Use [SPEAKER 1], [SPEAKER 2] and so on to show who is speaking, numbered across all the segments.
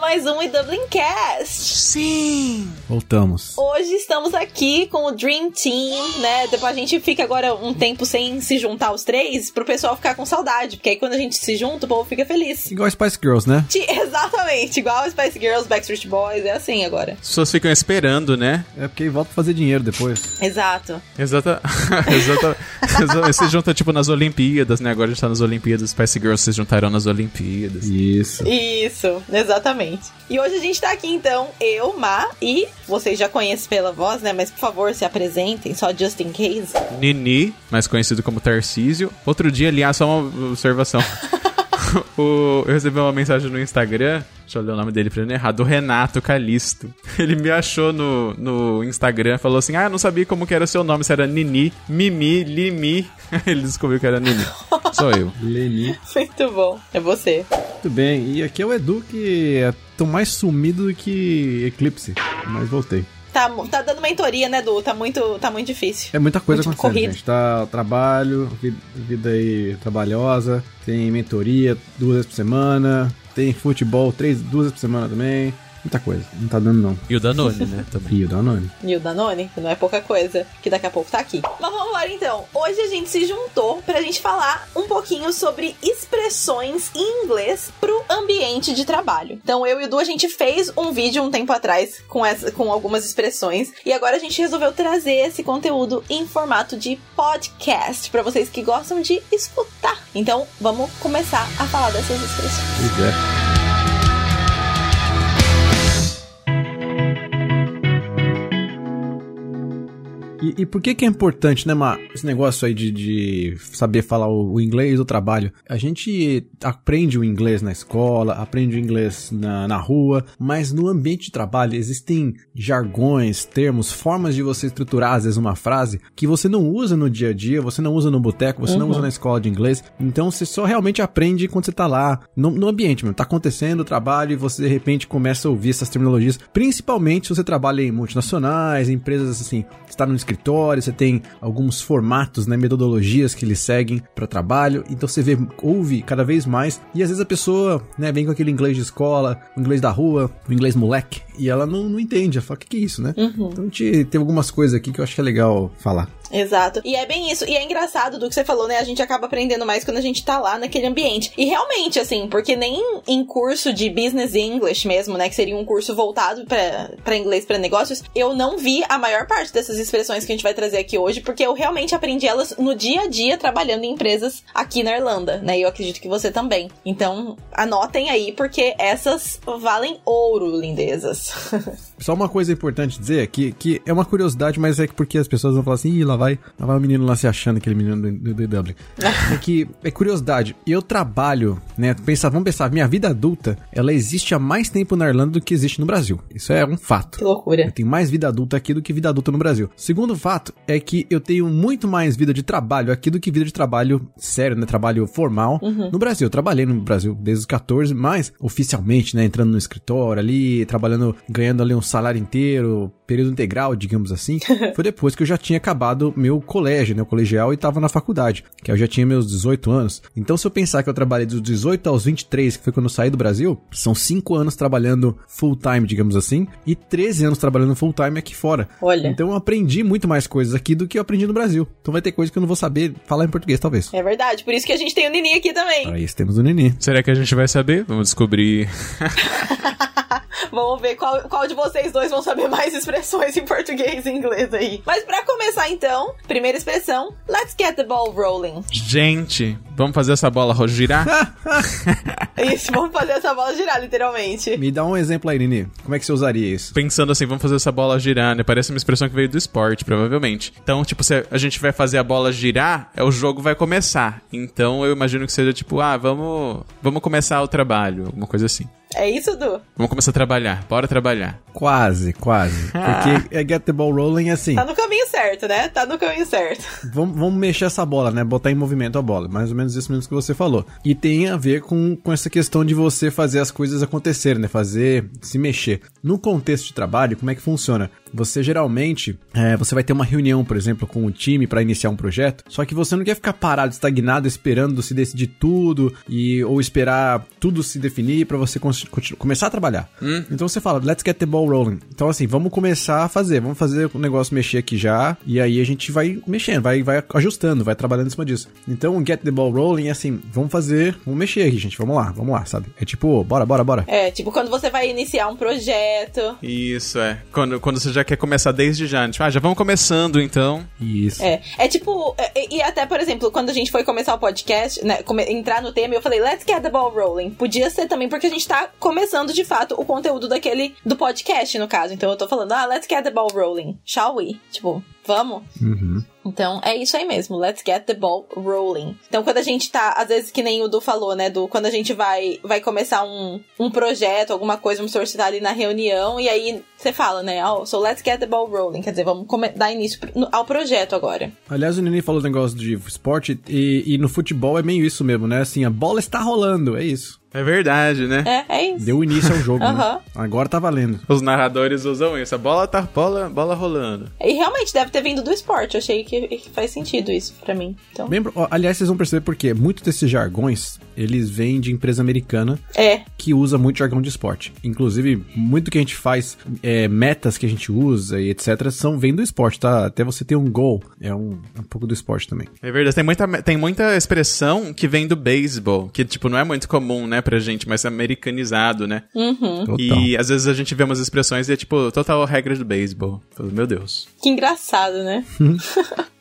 [SPEAKER 1] mais um e Dublin Cast.
[SPEAKER 2] Sim!
[SPEAKER 3] Voltamos.
[SPEAKER 1] Hoje estamos aqui com o Dream Team, né? Depois a gente fica agora um tempo sem se juntar os três, pro pessoal ficar com saudade, porque aí quando a gente se junta, o povo fica feliz.
[SPEAKER 3] Igual Spice Girls, né?
[SPEAKER 1] Ti- Exatamente, igual Spice Girls, Backstreet Boys, é assim agora.
[SPEAKER 2] As pessoas ficam esperando, né?
[SPEAKER 3] É porque volta pra fazer dinheiro depois.
[SPEAKER 1] Exato.
[SPEAKER 2] Exata. Exata. Exa- Se junta, tipo, nas Olimpíadas, né? Agora a gente tá nas Olimpíadas. Spice Girls se juntaram nas Olimpíadas.
[SPEAKER 3] Isso.
[SPEAKER 1] Isso, exatamente. E hoje a gente tá aqui então, eu, Ma e vocês já conhecem pela voz, né? Mas por favor, se apresentem, só just in case.
[SPEAKER 2] Nini, mais conhecido como Tarcísio. Outro dia, aliás, só uma observação. O- eu recebi uma mensagem no Instagram, deixa eu ler o nome dele pra não errar, do Renato Calisto. Ele me achou no, no Instagram, falou assim: Ah, não sabia como que era o seu nome, se era Nini, Mimi, Limi. Ele descobriu que era Nini. Sou eu.
[SPEAKER 3] Leni.
[SPEAKER 1] Muito bom, é você.
[SPEAKER 3] Muito bem. E aqui é o Edu, que é tão mais sumido do que Eclipse. Mas voltei.
[SPEAKER 1] Tá, mu- tá dando mentoria, né, Du? Tá muito, tá muito difícil.
[SPEAKER 3] É muita coisa
[SPEAKER 1] Muito
[SPEAKER 3] acontecendo,
[SPEAKER 1] corrido.
[SPEAKER 3] gente. Tá trabalho, vi- vida aí trabalhosa, tem mentoria duas vezes por semana, tem futebol três, duas vezes por semana também. Muita coisa. Não tá dando, não. Tá
[SPEAKER 2] E o Danone, né? Também.
[SPEAKER 3] E o Danone.
[SPEAKER 1] E o Danone, que não é pouca coisa, que daqui a pouco tá aqui. Mas vamos lá então. Hoje a gente se juntou pra gente falar um pouquinho sobre expressões em inglês pro ambiente de trabalho. Então eu e o Du, a gente fez um vídeo um tempo atrás com, essa, com algumas expressões e agora a gente resolveu trazer esse conteúdo em formato de podcast pra vocês que gostam de escutar. Então vamos começar a falar dessas expressões.
[SPEAKER 3] Pois é. E, e por que que é importante, né, Mar? Esse negócio aí de, de saber falar o, o inglês do trabalho. A gente aprende o inglês na escola, aprende o inglês na, na rua, mas no ambiente de trabalho existem jargões, termos, formas de você estruturar, às vezes, uma frase que você não usa no dia a dia, você não usa no boteco, você não
[SPEAKER 1] Uhum.
[SPEAKER 3] usa na escola de inglês. Então, você só realmente aprende quando você tá lá, no, no ambiente mesmo. Tá acontecendo o trabalho e você, de repente, começa a ouvir essas terminologias. Principalmente se você trabalha em multinacionais, em empresas assim, você tá num escritório, você tem alguns formatos, né, metodologias que eles seguem para trabalho. Então, você vê, ouve cada vez mais. E, às vezes, a pessoa, né, vem com aquele inglês de escola, o inglês da rua, o inglês moleque, e ela não, não entende. Ela fala, o que, que é isso, né?
[SPEAKER 1] Uhum.
[SPEAKER 3] Então, te- tem algumas coisas aqui que eu acho que é legal falar.
[SPEAKER 1] Exato. E é bem isso. E é engraçado do que você falou, né? A gente acaba aprendendo mais quando a gente tá lá naquele ambiente. E realmente, assim, porque nem em curso de Business English mesmo, né? Que seria um curso voltado pra pra inglês, pra negócios, eu não vi a maior parte dessas expressões que a gente vai trazer aqui hoje, porque eu realmente aprendi elas no dia a dia trabalhando em empresas aqui na Irlanda, né? E eu acredito que você também. Então, anotem aí, porque essas valem ouro, lindezas.
[SPEAKER 3] Só uma coisa importante dizer que, que é uma curiosidade, mas é que porque as pessoas vão falar assim, Ih, lá vai, lá vai o menino lá se achando, aquele menino do, do DW. é que é curiosidade. Eu trabalho, né? Pensar, vamos pensar, minha vida adulta, ela existe há mais tempo na Irlanda do que existe no Brasil. Isso é um fato.
[SPEAKER 1] que loucura.
[SPEAKER 3] Eu tenho mais vida adulta aqui do que vida adulta no Brasil. Segundo fato é que eu tenho muito mais vida de trabalho aqui do que vida de trabalho sério, né? Trabalho formal no Brasil. Eu trabalhei no Brasil desde os 14, mas oficialmente, né? Entrando no escritório ali, trabalhando, ganhando ali um salário inteiro, período integral, digamos assim. foi depois que eu já tinha acabado meu colégio, né? O colegial e tava na faculdade, que eu já tinha meus 18 anos. Então, se eu pensar que eu trabalhei dos 18 aos 23, que foi quando eu saí do Brasil, são 5 anos trabalhando full time, digamos assim, e 13 anos trabalhando full time aqui fora.
[SPEAKER 1] Olha.
[SPEAKER 3] Então eu aprendi muito mais coisas aqui do que eu aprendi no Brasil. Então vai ter coisa que eu não vou saber falar em português, talvez.
[SPEAKER 1] É verdade, por isso que a gente tem o Nini aqui também.
[SPEAKER 3] Para isso temos o Nenê.
[SPEAKER 2] Será que a gente vai saber? Vamos descobrir.
[SPEAKER 1] Vamos ver qual, qual de vocês dois vão saber mais expressões em português e inglês aí. Mas pra começar então, primeira expressão, let's get the ball rolling.
[SPEAKER 2] Gente, vamos fazer essa bola ro- girar?
[SPEAKER 1] Isso, vamos fazer essa bola girar, literalmente.
[SPEAKER 3] Me dá um exemplo aí, Nenê. Como é que você usaria isso?
[SPEAKER 2] pensando assim, vamos fazer essa bola girar, né? Parece uma expressão que veio do esporte, provavelmente. Então, tipo, se a gente vai fazer a bola girar, é o jogo vai começar. Então, eu imagino que seja tipo, ah, vamos, vamos começar o trabalho, alguma coisa assim.
[SPEAKER 1] É isso, Du?
[SPEAKER 2] Vamos começar a trabalhar, bora trabalhar.
[SPEAKER 3] Quase, quase. Porque é get the ball rolling assim.
[SPEAKER 1] Tá no caminho certo, né? Tá no caminho certo.
[SPEAKER 3] Vamos, vamos mexer essa bola, né? Botar em movimento a bola. Mais ou menos isso mesmo que você falou. E tem a ver com, com essa questão de você fazer as coisas acontecerem, né? Fazer, se mexer. No contexto de trabalho, como é que funciona? Você geralmente é, você vai ter uma reunião, por exemplo, com o time para iniciar um projeto. Só que você não quer ficar parado, estagnado, esperando se decidir tudo e ou esperar tudo se definir para você cons- continu- começar a trabalhar.
[SPEAKER 1] Hum.
[SPEAKER 3] Então você fala, let's get the ball rolling. Então assim, vamos começar a fazer, vamos fazer o negócio mexer aqui já e aí a gente vai mexendo, vai, vai ajustando, vai trabalhando em cima disso. Então get the ball rolling é assim, vamos fazer, vamos mexer aqui, gente, vamos lá, vamos lá, sabe? É tipo, bora, bora, bora.
[SPEAKER 1] É, tipo, quando você vai iniciar um projeto.
[SPEAKER 2] Isso, é. Quando, quando você já quer começar desde já. Tipo, ah, já vamos começando, então.
[SPEAKER 3] Isso.
[SPEAKER 1] É, é tipo, é- e, e até, por exemplo, quando a gente foi começar o podcast, né, come- entrar no tema, eu falei, let's get the ball rolling. Podia ser também, porque a gente tá começando, de fato, o conteúdo daquele, do podcast, no caso. Então eu tô falando, ah, let's get the ball rolling, shall we? Tipo, vamos?
[SPEAKER 3] Uhum.
[SPEAKER 1] Então, é isso aí mesmo. Let's get the ball rolling. Então, quando a gente tá, às vezes, que nem o Du falou, né? Do quando a gente vai vai começar um, um projeto, alguma coisa, vamos supor, você tá ali na reunião, e aí você fala, né? Oh, so let's get the ball rolling. Quer dizer, vamos come- dar início pro- no- ao projeto agora.
[SPEAKER 3] Aliás, o Nenê falou do negócio de esporte e, e no futebol é meio isso mesmo, né? Assim, a bola está rolando, é isso.
[SPEAKER 2] É verdade, né?
[SPEAKER 1] É, é isso.
[SPEAKER 3] Deu início ao jogo, né?
[SPEAKER 1] Aham.
[SPEAKER 3] Agora tá valendo.
[SPEAKER 2] Os narradores usam isso. A bola tá bola, bola rolando.
[SPEAKER 1] E realmente deve ter vindo do esporte. Eu achei que, que faz sentido isso pra mim. Então,
[SPEAKER 3] Lembra, ó, aliás, vocês vão perceber porque muitos desses jargões, eles vêm de empresa americana
[SPEAKER 1] é.
[SPEAKER 3] que usa muito jargão de esporte. Inclusive, muito que a gente faz, é, metas que a gente usa e etc, são vêm do esporte, tá? Até você ter um gol, é um, é um pouco do esporte também.
[SPEAKER 2] É verdade. Tem muita, tem muita expressão que vem do beisebol, que, tipo, não é muito comum, né, pra gente, mas é americanizado, né?
[SPEAKER 1] Uhum.
[SPEAKER 3] Total.
[SPEAKER 2] E às vezes a gente vê umas expressões e é, tipo, total regra do beisebol. Fala, Meu Deus.
[SPEAKER 1] Que engraçado, né?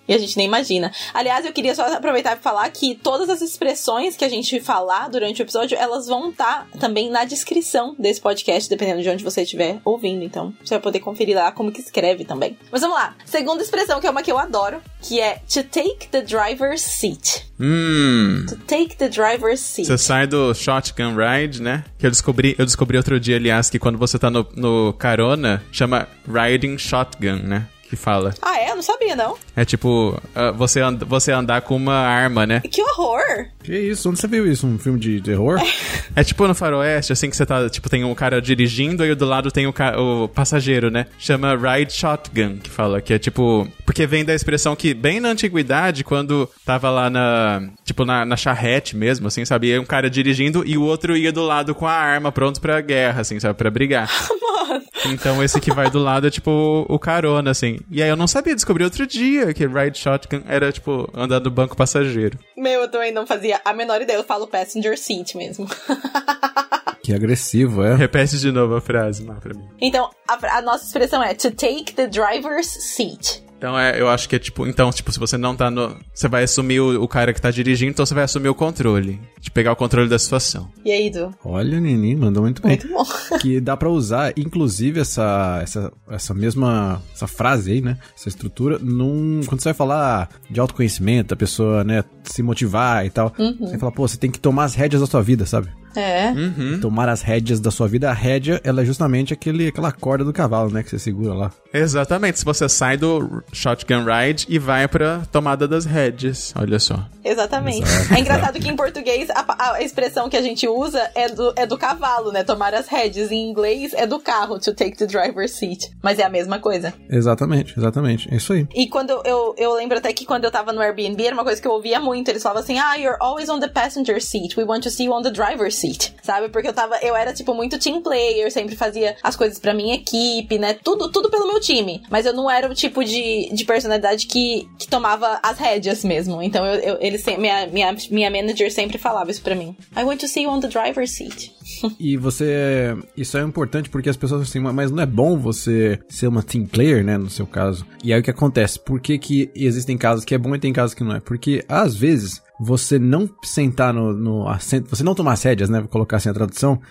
[SPEAKER 1] E a gente nem imagina. Aliás, eu queria só aproveitar e falar que todas as expressões que a gente falar durante o episódio, elas vão estar também na descrição desse podcast, dependendo de onde você estiver ouvindo. Então, você vai poder conferir lá como que escreve também. Mas vamos lá. Segunda expressão, que é uma que eu adoro, que é to take the driver's seat.
[SPEAKER 2] Hum.
[SPEAKER 1] To take the driver's seat.
[SPEAKER 2] Você sai do Shotgun Ride, né? Que eu descobri, eu descobri outro dia, aliás, que quando você tá no, no carona, chama Riding Shotgun, né? Que fala.
[SPEAKER 1] Ah, é? Eu não sabia, não.
[SPEAKER 2] É tipo, ah, você, and- você andar com uma arma, né?
[SPEAKER 1] Que horror!
[SPEAKER 3] Que isso? Onde você viu isso? Um filme de terror?
[SPEAKER 2] É tipo no faroeste, assim que você tá, tipo, tem um cara dirigindo e do lado tem o, ca- o passageiro, né? Chama Ride Shotgun, que fala, que é tipo... Porque vem da expressão que, bem na antiguidade, quando tava lá na... Tipo, na, na charrete mesmo, assim, sabe? E um cara dirigindo e o outro ia do lado com a arma, pronto pra guerra, assim, sabe? Pra brigar.
[SPEAKER 1] Mano.
[SPEAKER 2] Então esse que vai do lado é tipo o carona, assim. E aí eu não sabia, descobri outro dia que Ride Shotgun era, tipo, andar do banco passageiro.
[SPEAKER 1] Meu, eu também não fazia a menor ideia. Eu falo passenger seat mesmo.
[SPEAKER 3] que agressivo, é?
[SPEAKER 2] Repete de novo a frase lá pra mim.
[SPEAKER 1] Então, a, fra- a nossa expressão é to take the driver's seat.
[SPEAKER 2] Então é, eu acho que é tipo, então, tipo, se você não tá no. Você vai assumir o, o cara que tá dirigindo, então você vai assumir o controle. De pegar o controle da situação.
[SPEAKER 1] E aí, Du?
[SPEAKER 3] Olha, Nenê, mandou muito bem.
[SPEAKER 1] Muito bom.
[SPEAKER 3] que dá pra usar, inclusive, essa, essa, essa mesma essa frase aí, né? Essa estrutura, num, quando você vai falar de autoconhecimento, a pessoa, né, se motivar e tal. Você fala, pô, você tem que tomar as rédeas da sua vida, sabe?
[SPEAKER 1] É.
[SPEAKER 3] Hum? Tomar as rédeas da sua vida. A rédea, ela é justamente aquele, aquela corda do cavalo, né, que você segura lá.
[SPEAKER 2] Exatamente, se você sai do Shotgun Ride e vai pra tomada das redes. Olha só.
[SPEAKER 1] Exatamente. É engraçado que em português a, pa- a expressão que a gente usa é do, é do cavalo, né? Tomar as rédeas. Em inglês é do carro, to take the driver's seat. Mas é a mesma coisa.
[SPEAKER 3] Exatamente, exatamente. É isso aí.
[SPEAKER 1] E quando eu- eu, eu lembro até que quando eu tava no Airbnb, era uma coisa que eu ouvia muito. Eles falavam assim, ah, you're always on the passenger seat. We want to see you on the driver's seat. Sabe? Porque eu tava, eu era, tipo, muito team player, sempre fazia as coisas pra minha equipe, né? Tudo, tudo pelo meu time. Mas eu não era o tipo de, de personalidade que, que tomava as rédeas mesmo. Então eu, eu- eles sem- minha, minha, minha manager sempre falava isso pra mim. I want to see you on the driver's seat.
[SPEAKER 3] E você. Isso é importante porque as pessoas assim, mas não é bom você ser uma team player, né? No seu caso. E aí o que acontece? Por que, que existem casos que é bom e tem casos que não é? Porque às vezes você não sentar no, no assento, você não tomar as rédeas, né? Vou colocar assim a tradução,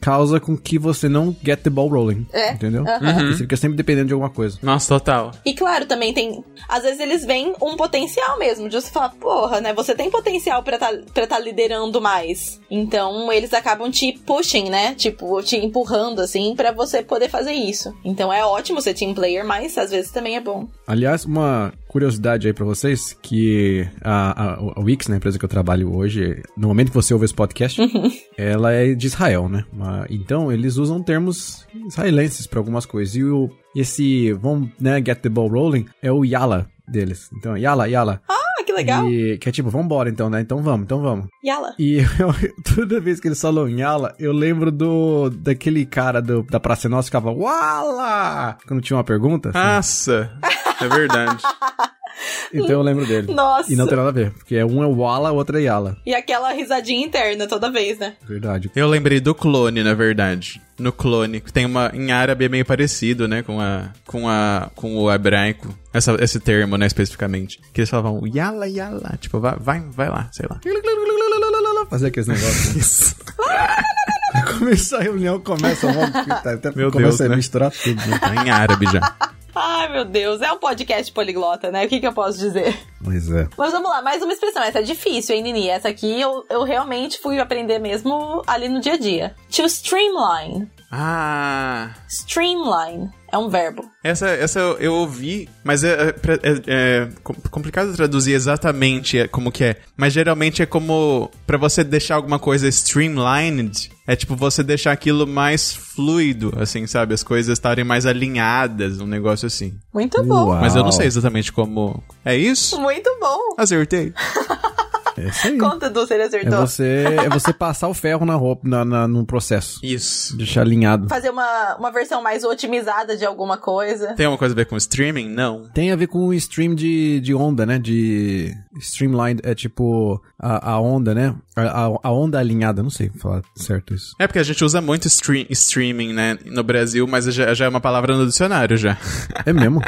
[SPEAKER 3] causa com que você não get the ball rolling.
[SPEAKER 1] Uhum. É.
[SPEAKER 3] Entendeu?
[SPEAKER 1] Aham.
[SPEAKER 3] Você fica sempre dependendo de alguma coisa.
[SPEAKER 2] Nossa, total.
[SPEAKER 1] E claro, também tem. Às vezes eles veem um potencial mesmo, de você falar, porra, né? Você tem potencial pra tá, pra tá liderando mais. Então eles acabam te pushing, né? Tipo, te empurrando, assim, pra você poder fazer isso. Então é ótimo ser team player, mas às vezes também é bom.
[SPEAKER 3] Aliás, uma curiosidade aí pra vocês que a, a, a Wix, na empresa que eu trabalho hoje, no momento que você ouve esse podcast, ela é de Israel, né? Uma- Então, eles usam termos israelenses pra algumas coisas. E o, esse, vamos, né, get the ball rolling, é o Yala deles. Então, Yala, Yala.
[SPEAKER 1] Ah, que legal.
[SPEAKER 3] E, que é tipo, vambora então, né? Então vamos, então vamos.
[SPEAKER 1] Yala.
[SPEAKER 3] E eu- toda vez que eles falam Yala, eu lembro do daquele cara do, da Praça Nossa que ficava Wala! Quando tinha uma pergunta.
[SPEAKER 1] Ah,
[SPEAKER 3] assim.
[SPEAKER 2] Nossa! É verdade.
[SPEAKER 3] Então eu lembro dele.
[SPEAKER 1] Nossa.
[SPEAKER 3] E não tem nada a ver, porque um é Wala, o outro é Yala.
[SPEAKER 1] E aquela risadinha interna toda vez, né?
[SPEAKER 3] Verdade.
[SPEAKER 2] Eu lembrei do clone, na verdade. No clone, que tem uma. Em árabe é meio parecido, né? Com a. Com a. Com o hebraico. Essa- esse termo, né, especificamente. Que eles falavam yala yala. Tipo, vai, vai, vai lá, sei lá.
[SPEAKER 3] Fazer aqueles negócios.
[SPEAKER 2] Isso.
[SPEAKER 3] Começar a reunião, começa logo. tá, Até
[SPEAKER 2] Meu
[SPEAKER 3] começa
[SPEAKER 2] Deus,
[SPEAKER 3] a
[SPEAKER 2] né?
[SPEAKER 3] misturar tudo. né?
[SPEAKER 2] Tá em árabe já.
[SPEAKER 1] Ai, meu Deus. É um podcast poliglota, né? O que, que eu posso dizer?
[SPEAKER 3] Pois é.
[SPEAKER 1] Mas vamos lá, mais uma expressão. Essa é difícil, hein, Nini? Essa aqui eu, eu realmente fui aprender mesmo ali no dia a dia. To streamline.
[SPEAKER 2] Ah.
[SPEAKER 1] Streamline é um verbo.
[SPEAKER 2] Essa, essa eu, eu ouvi, mas é, é pra- é- é com- complicado traduzir exatamente é, como que é. Mas geralmente é como pra você deixar alguma coisa streamlined, é tipo você deixar aquilo mais fluido, assim, sabe? As coisas estarem mais alinhadas, um negócio assim.
[SPEAKER 1] Muito bom.
[SPEAKER 3] Uau.
[SPEAKER 2] Mas eu não sei exatamente como. É isso?
[SPEAKER 1] Muito bom.
[SPEAKER 2] Acertei.
[SPEAKER 3] É isso aí.
[SPEAKER 1] Conta do se ele
[SPEAKER 3] É
[SPEAKER 1] acertou.
[SPEAKER 3] você, é você passar o ferro na roupa, na, na- no processo.
[SPEAKER 2] Isso.
[SPEAKER 3] Deixar alinhado.
[SPEAKER 1] Fazer uma, uma versão mais otimizada de alguma coisa.
[SPEAKER 2] Tem alguma coisa a ver com streaming? Não.
[SPEAKER 3] Tem a ver com o stream de, de onda, né? De streamlined, é tipo a, a onda, né? A, a- a onda alinhada, não sei falar certo isso.
[SPEAKER 2] É porque a gente usa muito stream, streaming, né, no Brasil, mas já, já é uma palavra no dicionário já.
[SPEAKER 3] É mesmo?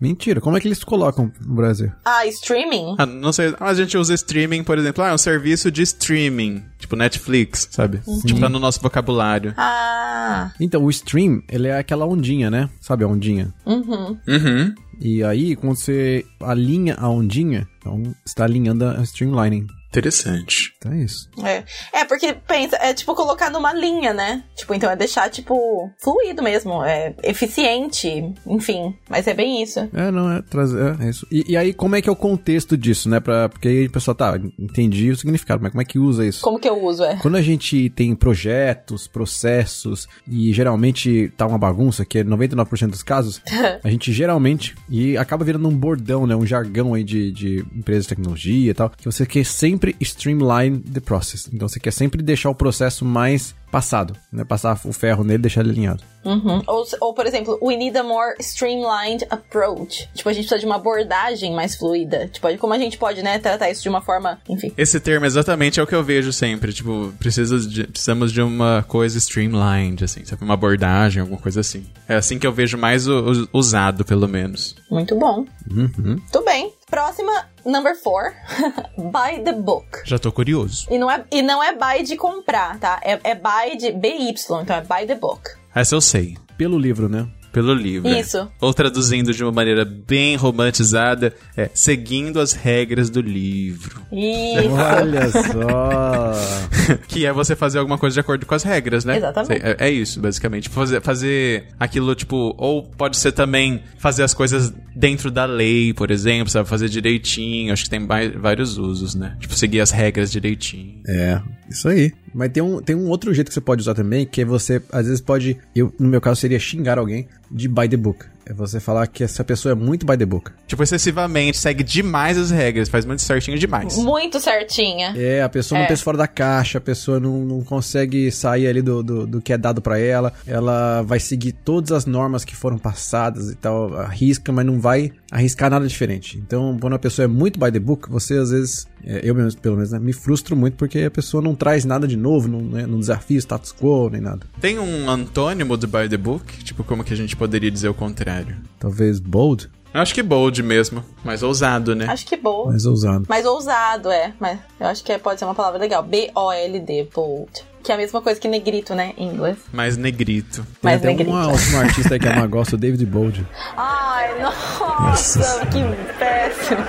[SPEAKER 3] Mentira, como é que eles colocam no Brasil?
[SPEAKER 1] Ah, streaming?
[SPEAKER 2] Ah, não sei, a gente usa streaming, por exemplo, ah, é um serviço de streaming, tipo Netflix, sabe? Tipo, tá no nosso vocabulário.
[SPEAKER 1] Ah,
[SPEAKER 3] Então, o stream, ele é aquela ondinha, né? Sabe a ondinha?
[SPEAKER 1] uhum.
[SPEAKER 2] Uhum.
[SPEAKER 3] E aí, quando você alinha a ondinha, então está alinhando a streamlining.
[SPEAKER 2] Interessante.
[SPEAKER 3] Então é isso.
[SPEAKER 1] É. é, porque pensa, é tipo colocar numa linha, né? Tipo, então é deixar, tipo, fluido mesmo, é eficiente, enfim. Mas é bem isso.
[SPEAKER 3] É, não, é trazer. É, é isso. E, e aí, como é que é o contexto disso, né? Pra, porque aí o pessoal, tá, entendi o significado, mas como é que usa isso?
[SPEAKER 1] Como que eu uso, é?
[SPEAKER 3] Quando a gente tem projetos, processos e geralmente tá uma bagunça, que é 99% dos casos, a gente geralmente e acaba virando um bordão, né, um jargão aí de, de empresas de tecnologia e tal, que você quer sempre streamline the process. Então você quer sempre deixar o processo mais passado, né, passar o ferro nele, deixar ele alinhado.
[SPEAKER 1] Uhum. Ou, ou, por exemplo, we need a more streamlined approach. Tipo, a gente precisa de uma abordagem mais fluida. Tipo, como a gente pode, né, tratar isso de uma forma, enfim.
[SPEAKER 2] Esse termo exatamente é o que eu vejo sempre, tipo, precisa de- precisamos de uma coisa streamlined, assim, sabe? Uma abordagem, alguma coisa assim. É assim que eu vejo mais o- o- usado, pelo menos.
[SPEAKER 1] Muito bom.
[SPEAKER 3] Uhum.
[SPEAKER 1] Tudo bem. Próxima, number four. By the book.
[SPEAKER 2] Já tô curioso.
[SPEAKER 1] E não é, e não é buy de comprar, tá? É, é buy de BY, então é buy the book.
[SPEAKER 2] Essa eu sei.
[SPEAKER 3] Pelo livro, né?
[SPEAKER 2] Pelo livro.
[SPEAKER 1] Isso.
[SPEAKER 2] Ou traduzindo de uma maneira bem romantizada, é seguindo as regras do livro.
[SPEAKER 1] Isso.
[SPEAKER 3] Olha só.
[SPEAKER 2] Que é você fazer alguma coisa de acordo com as regras, né?
[SPEAKER 1] Exatamente.
[SPEAKER 2] Sei, É, é isso, basicamente. Fazer, fazer aquilo, tipo, ou pode ser também fazer as coisas dentro da lei, por exemplo, sabe? Fazer direitinho. Acho que tem vai- vários usos, né? Tipo, seguir as regras direitinho.
[SPEAKER 3] É, isso aí. Mas tem um, tem um outro jeito que você pode usar também, que é você, às vezes, pode. Eu, no meu caso, seria xingar alguém de by the book. É você falar que essa pessoa é muito by the book.
[SPEAKER 2] Tipo, excessivamente, segue demais as regras, faz muito certinho demais.
[SPEAKER 1] Muito certinha.
[SPEAKER 3] É, a pessoa não
[SPEAKER 1] É.
[SPEAKER 3] pensa fora da caixa, a pessoa não, não consegue sair ali do, do, do que é dado pra ela. Ela vai seguir todas as normas que foram passadas e tal, arrisca, mas não vai arriscar nada diferente. Então, quando a pessoa é muito by the book, você às vezes, é, eu mesmo, pelo menos, né, me frustro muito porque a pessoa não traz nada de novo, não, né, não desafia o status quo nem nada.
[SPEAKER 2] Tem um antônimo do by the book? Tipo, como que a gente poderia dizer o contrário?
[SPEAKER 3] Talvez bold,
[SPEAKER 2] Eu acho que bold mesmo, mas ousado, né?
[SPEAKER 1] Acho que boa.
[SPEAKER 3] mas ousado.
[SPEAKER 1] Mas ousado, é. Mas eu acho que é- pode ser uma palavra legal. B-O-L-D, bold. Que é a mesma coisa que negrito, né? Em inglês.
[SPEAKER 2] Mas negrito.
[SPEAKER 3] Tem
[SPEAKER 1] Mas
[SPEAKER 3] até
[SPEAKER 1] negrito.
[SPEAKER 3] uma, um artista que a Má gosta, o David Bold.
[SPEAKER 1] Ai, nossa, que péssimo.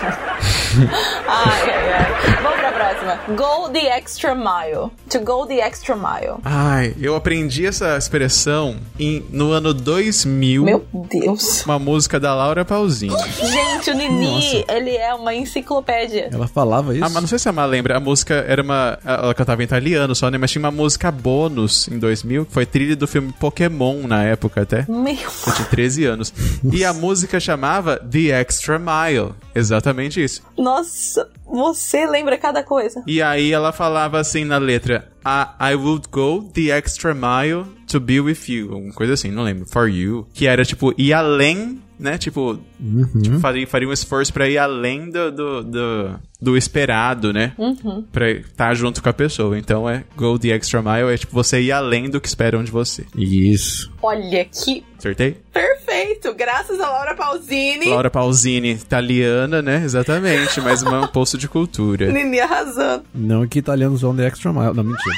[SPEAKER 1] Ai, ai, ai. Vamos pra próxima. Go the extra mile. To go the extra mile.
[SPEAKER 2] Ai, eu aprendi essa expressão em, no ano 2000.
[SPEAKER 1] Meu Deus.
[SPEAKER 2] Uma música da Laura Pausini.
[SPEAKER 1] Gente, o Nini, ele é uma enciclopédia.
[SPEAKER 3] Ela falava isso.
[SPEAKER 2] Ah, mas não sei se a Má lembra, a música era uma. Ela cantava em italiano só, né? Mas tinha uma música bônus em 2000, que foi trilha do filme Pokémon na época até.
[SPEAKER 1] Meu.
[SPEAKER 2] Eu tinha 13 anos. E a música chamava The Extra Mile. Exatamente isso.
[SPEAKER 1] Nossa, você lembra cada coisa.
[SPEAKER 2] E aí ela falava assim na letra: I, I would go the extra mile to be with you. Alguma coisa assim, não lembro. For you. Que era tipo, ir além, né? Tipo, tipo, faria, faria um esforço pra ir além do, do, do, do esperado, né? Pra estar junto com a pessoa. Então é go the extra mile, é tipo você ir além do que esperam de você.
[SPEAKER 3] Isso.
[SPEAKER 1] Olha que
[SPEAKER 2] Acertei?
[SPEAKER 1] perfeito. Graças a Laura Pausini.
[SPEAKER 2] Laura Pausini, italiana, né? Exatamente, mas uma poço de cultura.
[SPEAKER 1] Nini arrasando.
[SPEAKER 3] Não que italianos vão the extra mile. Não, mentira.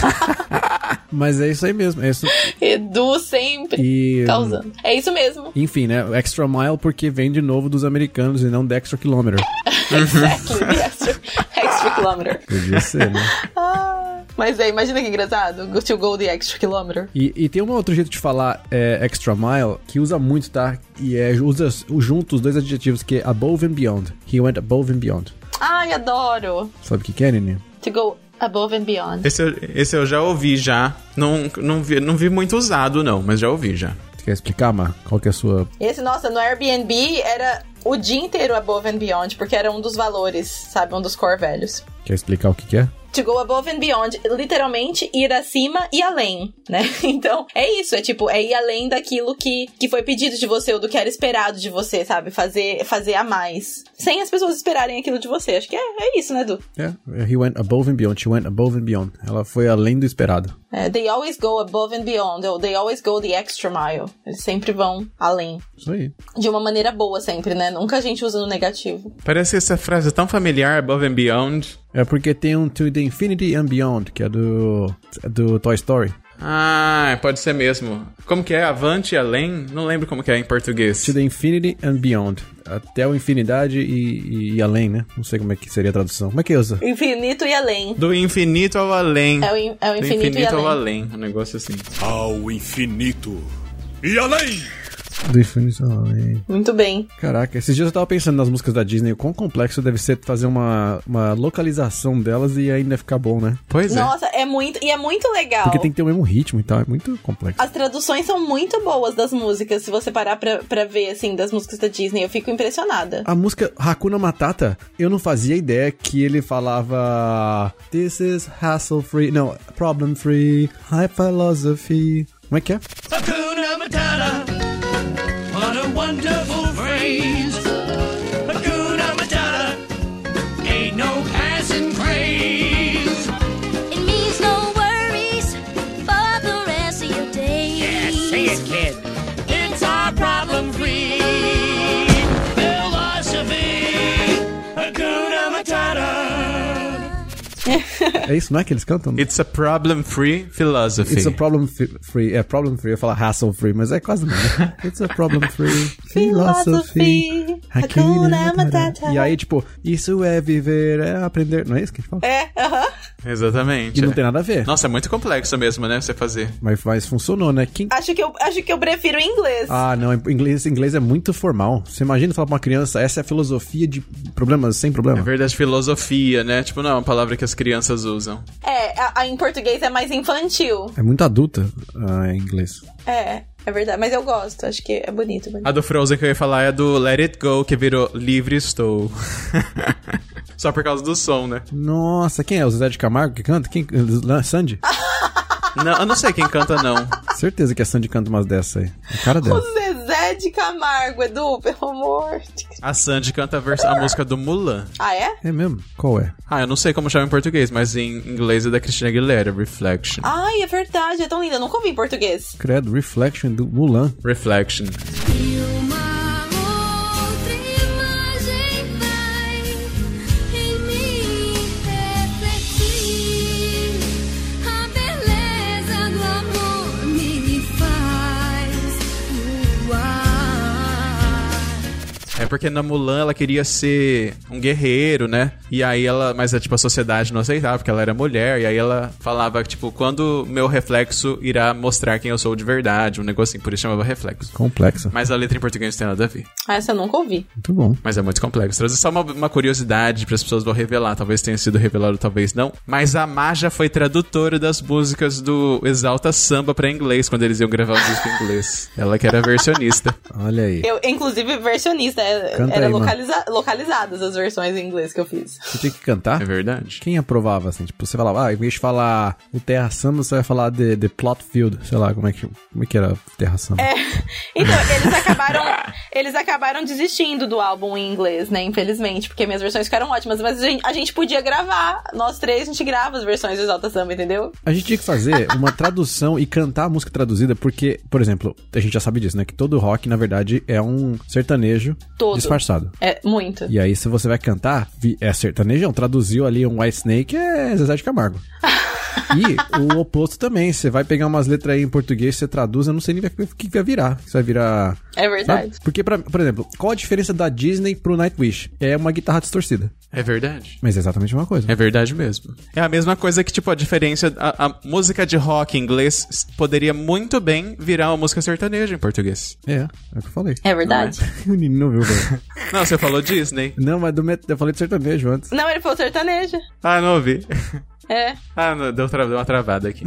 [SPEAKER 3] É. mas é isso aí mesmo. É isso.
[SPEAKER 1] Edu sempre
[SPEAKER 3] E,
[SPEAKER 1] causando. É isso mesmo.
[SPEAKER 3] enfim, né? o Extra mile porque vem de novo dos americanos e não the extra kilometer.
[SPEAKER 1] Exactly. the extra, extra kilometer.
[SPEAKER 3] Podia ser, né?
[SPEAKER 1] Ah, Mas é, imagina que engraçado. Go to go the extra kilometer.
[SPEAKER 3] E, e tem um outro jeito de falar é, extra mile que usa muito, tá? E é, usa junto os dois adjetivos que é above and beyond. He went above and beyond.
[SPEAKER 1] Ai, adoro.
[SPEAKER 3] Sabe o que que é, Nini?
[SPEAKER 1] To go above and beyond.
[SPEAKER 2] Esse eu, esse eu já ouvi já. Não, não, vi, não vi muito usado, não, mas já ouvi já.
[SPEAKER 3] Você quer explicar, Mar? Qual que é a sua.
[SPEAKER 1] Esse, nossa, no Airbnb era o dia inteiro above and beyond, porque era um dos valores, sabe? Um dos core values.
[SPEAKER 3] Quer explicar o que que é?
[SPEAKER 1] To go above and beyond, literalmente ir acima e além, né? Então, é isso, é tipo, é ir além daquilo que, que foi pedido de você ou do que era esperado de você, sabe? Fazer fazer a mais. Sem as pessoas esperarem aquilo de você. Acho que é, é isso, né, Du?
[SPEAKER 3] É, he went above and beyond, she went above and beyond. Ela foi além do esperado.
[SPEAKER 1] É, they always go above and beyond, ou they always go the extra mile. Eles sempre vão além.
[SPEAKER 3] Isso aí.
[SPEAKER 1] De uma maneira boa, sempre, né? Nunca a gente usa no negativo.
[SPEAKER 2] Parece essa frase tão familiar, above and beyond.
[SPEAKER 3] É porque tem um To the Infinity and Beyond, que é do, do Toy Story.
[SPEAKER 2] Ah, pode ser mesmo. Como que é? Avante e além? Não lembro como que é em português.
[SPEAKER 3] To the Infinity and Beyond. Até o infinidade e, e- e além, né? Não sei como é que seria a tradução. Como é que usa?
[SPEAKER 1] Infinito e além.
[SPEAKER 2] Do infinito ao além.
[SPEAKER 1] É o, in- é o
[SPEAKER 2] Do
[SPEAKER 1] infinito, e além.
[SPEAKER 2] ao além. Um negócio assim.
[SPEAKER 4] Ao infinito e além!
[SPEAKER 3] Do infinito além.
[SPEAKER 1] Muito bem.
[SPEAKER 3] Caraca, esses dias eu tava pensando nas músicas da Disney, o quão complexo deve ser fazer uma, uma localização delas e ainda ficar bom, né?
[SPEAKER 2] Pois é.
[SPEAKER 1] Nossa, é muito. E é muito legal.
[SPEAKER 3] Porque tem que ter o mesmo ritmo e tal, é muito complexo.
[SPEAKER 1] As traduções são muito boas das músicas. Se você parar pra, pra ver, assim, das músicas da Disney, eu fico impressionada.
[SPEAKER 3] A música Hakuna Matata, eu não fazia ideia que ele falava This is hassle free, não, problem free, high philosophy. Como é que é?
[SPEAKER 4] Hakuna Matata, what a wonderful phrase! Hakuna Matata, ain't no passing craze!
[SPEAKER 5] It means no worries for the rest of your days.
[SPEAKER 4] kid! It's our problem free philosophy! Hakuna Matata!
[SPEAKER 3] É isso, não é que eles cantam?
[SPEAKER 2] It's a problem-free philosophy.
[SPEAKER 3] It's a problem fi- free, é problem free, eu ia falar hassle free, mas é quase não, né? It's a problem free, philosophy, Hakuna Matata. E aí, tipo, isso é viver, é aprender, não é isso que a gente fala?
[SPEAKER 1] É, aham.
[SPEAKER 3] E
[SPEAKER 2] Exatamente.
[SPEAKER 3] não
[SPEAKER 2] é.
[SPEAKER 3] tem nada a ver,
[SPEAKER 2] Nossa, é muito complexo mesmo, né? Você fazer.
[SPEAKER 3] mas, mas funcionou, né? Quem
[SPEAKER 1] Acho, que eu, acho que eu prefiro em inglês.
[SPEAKER 3] Ah, não, inglês, inglês é muito formal. Você imagina falar pra uma criança, essa é a filosofia de problemas sem
[SPEAKER 2] É
[SPEAKER 3] problema?
[SPEAKER 2] verdade, filosofia, né? Tipo, não é uma palavra que as crianças usam.
[SPEAKER 1] É, a, a em português é mais infantil.
[SPEAKER 3] É, muito adulta ah, em inglês.
[SPEAKER 1] É, é verdade. Mas eu gosto, acho que é bonito. bonito.
[SPEAKER 2] A do Frozen que eu ia falar é a do Let It Go, que virou Livre Estou. Só por causa do som, né?
[SPEAKER 3] Nossa, quem é? O Zé de Camargo que canta? Quem? Sandy?
[SPEAKER 2] Não, eu não sei quem canta, não.
[SPEAKER 3] Certeza que a Sandy canta umas dessas aí. A cara
[SPEAKER 1] O
[SPEAKER 3] dela.
[SPEAKER 1] Zezé de Camargo, Edu, pelo amor de
[SPEAKER 2] A Sandy canta a, vers- a música do Mulan.
[SPEAKER 1] Ah, é?
[SPEAKER 3] É mesmo? Qual é?
[SPEAKER 2] Ah, eu não sei como chama em português, mas em inglês é da Christina Aguilera, Reflection.
[SPEAKER 1] Ai, é verdade, é tão linda. Eu nunca ouvi em português.
[SPEAKER 3] Credo, Reflection do Mulan.
[SPEAKER 2] Reflection.
[SPEAKER 5] E uma outra imagem vai em mim refletir. A beleza
[SPEAKER 2] É porque na Mulan ela queria ser um guerreiro, né? E aí ela. Mas tipo, a sociedade não aceitava, porque ela era mulher. E aí ela falava, tipo, quando meu reflexo irá mostrar quem eu sou de verdade, um negócio assim, por isso chamava reflexo.
[SPEAKER 3] Complexa.
[SPEAKER 2] Mas a letra em português não tem nada a ver.
[SPEAKER 1] Ah, essa eu nunca ouvi.
[SPEAKER 3] Muito bom.
[SPEAKER 2] Mas é muito complexo. Trazer só uma, uma curiosidade para as pessoas vão revelar. Talvez tenha sido revelado, talvez não. Mas a Maja foi tradutora das músicas do Exalta Samba para inglês, quando eles iam gravar o disco em inglês. Ela que era versionista.
[SPEAKER 3] Olha aí.
[SPEAKER 1] Eu, inclusive, versionista. é-
[SPEAKER 3] Canta
[SPEAKER 1] Era
[SPEAKER 3] aí, mano.
[SPEAKER 1] localiza- localizadas as versões em inglês que eu fiz.
[SPEAKER 3] Você tinha que cantar?
[SPEAKER 2] É verdade.
[SPEAKER 3] Quem aprovava, assim? Tipo, você falava, ah, em vez de falar o Terra Samba, você vai falar de, de Plot Field. Sei lá, como é que, como é que era o Terra Samba?
[SPEAKER 1] É. Então, eles acabaram, eles acabaram desistindo do álbum em inglês, né? Infelizmente, porque minhas versões ficaram ótimas. Mas a gente, a gente podia gravar. Nós três, a gente grava as versões do Exalta Samba, entendeu?
[SPEAKER 3] A gente tinha que fazer uma tradução e cantar a música traduzida, porque, por exemplo, a gente já sabe disso, né? Que todo rock, na verdade, é um sertanejo
[SPEAKER 1] Todo.
[SPEAKER 3] disfarçado.
[SPEAKER 1] É, muito.
[SPEAKER 3] E aí, se você vai cantar, vi- é sertanejão. Traduziu ali um White Snake, é Zezé de Camargo. E o oposto também. Você vai pegar umas letras aí em português, você traduz, eu não sei nem o que vai virar. Isso vai virar.
[SPEAKER 1] É
[SPEAKER 3] sabe?
[SPEAKER 1] verdade.
[SPEAKER 3] Porque, pra- por exemplo, qual a diferença da Disney pro Nightwish? É uma guitarra distorcida.
[SPEAKER 2] É verdade.
[SPEAKER 3] Mas é exatamente uma coisa.
[SPEAKER 2] É verdade mesmo. É a mesma coisa que, tipo, a diferença. A, a música de rock em inglês s- poderia muito bem virar uma música sertaneja em português.
[SPEAKER 3] É, é, o que eu falei.
[SPEAKER 1] É verdade.
[SPEAKER 3] o menino não viu, velho.
[SPEAKER 2] Não, você falou Disney.
[SPEAKER 3] Não, mas do met... eu falei de sertanejo antes.
[SPEAKER 1] Não, ele falou sertaneja.
[SPEAKER 2] Ah, não ouvi.
[SPEAKER 1] É.
[SPEAKER 2] Ah, não, deu, tra- deu uma travada aqui.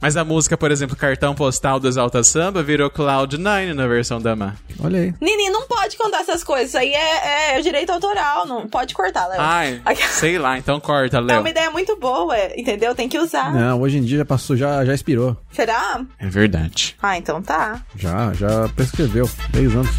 [SPEAKER 2] Mas a música, por exemplo, cartão postal do Exalta Samba virou Cloud9 na versão da Má.
[SPEAKER 3] Olha aí.
[SPEAKER 1] Nini, não pode contar essas coisas. Isso aí é, é direito autoral. Não pode cortar, Léo.
[SPEAKER 2] Ai, sei lá, então corta,
[SPEAKER 1] É
[SPEAKER 2] Léo.
[SPEAKER 1] uma ideia muito boa, entendeu? Tem que usar.
[SPEAKER 3] Não, hoje em dia já passou, já, já expirou.
[SPEAKER 1] Será?
[SPEAKER 2] É verdade.
[SPEAKER 1] Ah, então tá.
[SPEAKER 3] Já, já prescreveu. 10 anos.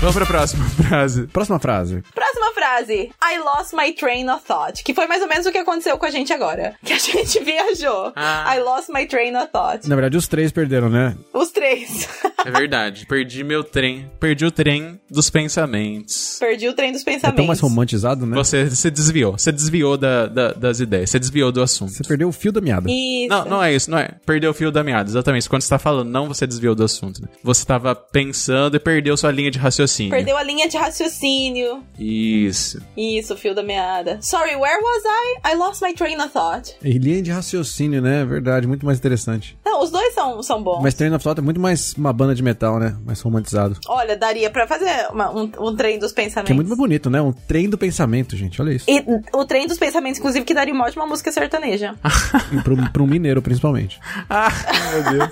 [SPEAKER 2] Vamos pra próxima frase.
[SPEAKER 3] Próxima frase.
[SPEAKER 1] Próxima frase. I lost my train of thought. Que foi mais ou menos o que aconteceu com a gente agora. Que a gente viajou.
[SPEAKER 2] Ah.
[SPEAKER 1] I lost my train of thought.
[SPEAKER 3] Na verdade, os três perderam, né?
[SPEAKER 1] Os três.
[SPEAKER 2] É verdade, perdi meu trem. Perdi o trem dos pensamentos.
[SPEAKER 1] Perdi o trem dos
[SPEAKER 3] É
[SPEAKER 1] pensamentos.
[SPEAKER 3] tão mais romantizado, né?
[SPEAKER 2] Você se desviou. Você desviou da- da- das ideias. Você desviou do assunto.
[SPEAKER 3] Você perdeu o fio da meada.
[SPEAKER 1] Isso.
[SPEAKER 2] Não, não é isso, não é. Perdeu o fio da meada, exatamente. Quando você tá falando, não você desviou do assunto. Né? Você tava pensando e perdeu sua linha de raciocínio.
[SPEAKER 1] Perdeu a linha de raciocínio.
[SPEAKER 2] Isso.
[SPEAKER 1] Isso, fio da meada. Sorry, where was I? I lost my train of thought.
[SPEAKER 3] E linha de raciocínio, né? Verdade, muito mais interessante.
[SPEAKER 1] Não, os dois são, são bons.
[SPEAKER 3] Mas Train of Thought é muito mais uma banda de metal, né? Mais romantizado.
[SPEAKER 1] Olha, daria pra fazer uma- um, um trem dos pensamentos.
[SPEAKER 3] Que é muito mais bonito, né? Um trem do pensamento, gente. Olha isso.
[SPEAKER 1] E o trem dos pensamentos, inclusive, que daria uma ótima música sertaneja.
[SPEAKER 3] E pro, pro mineiro, principalmente.
[SPEAKER 2] Ah, meu Deus.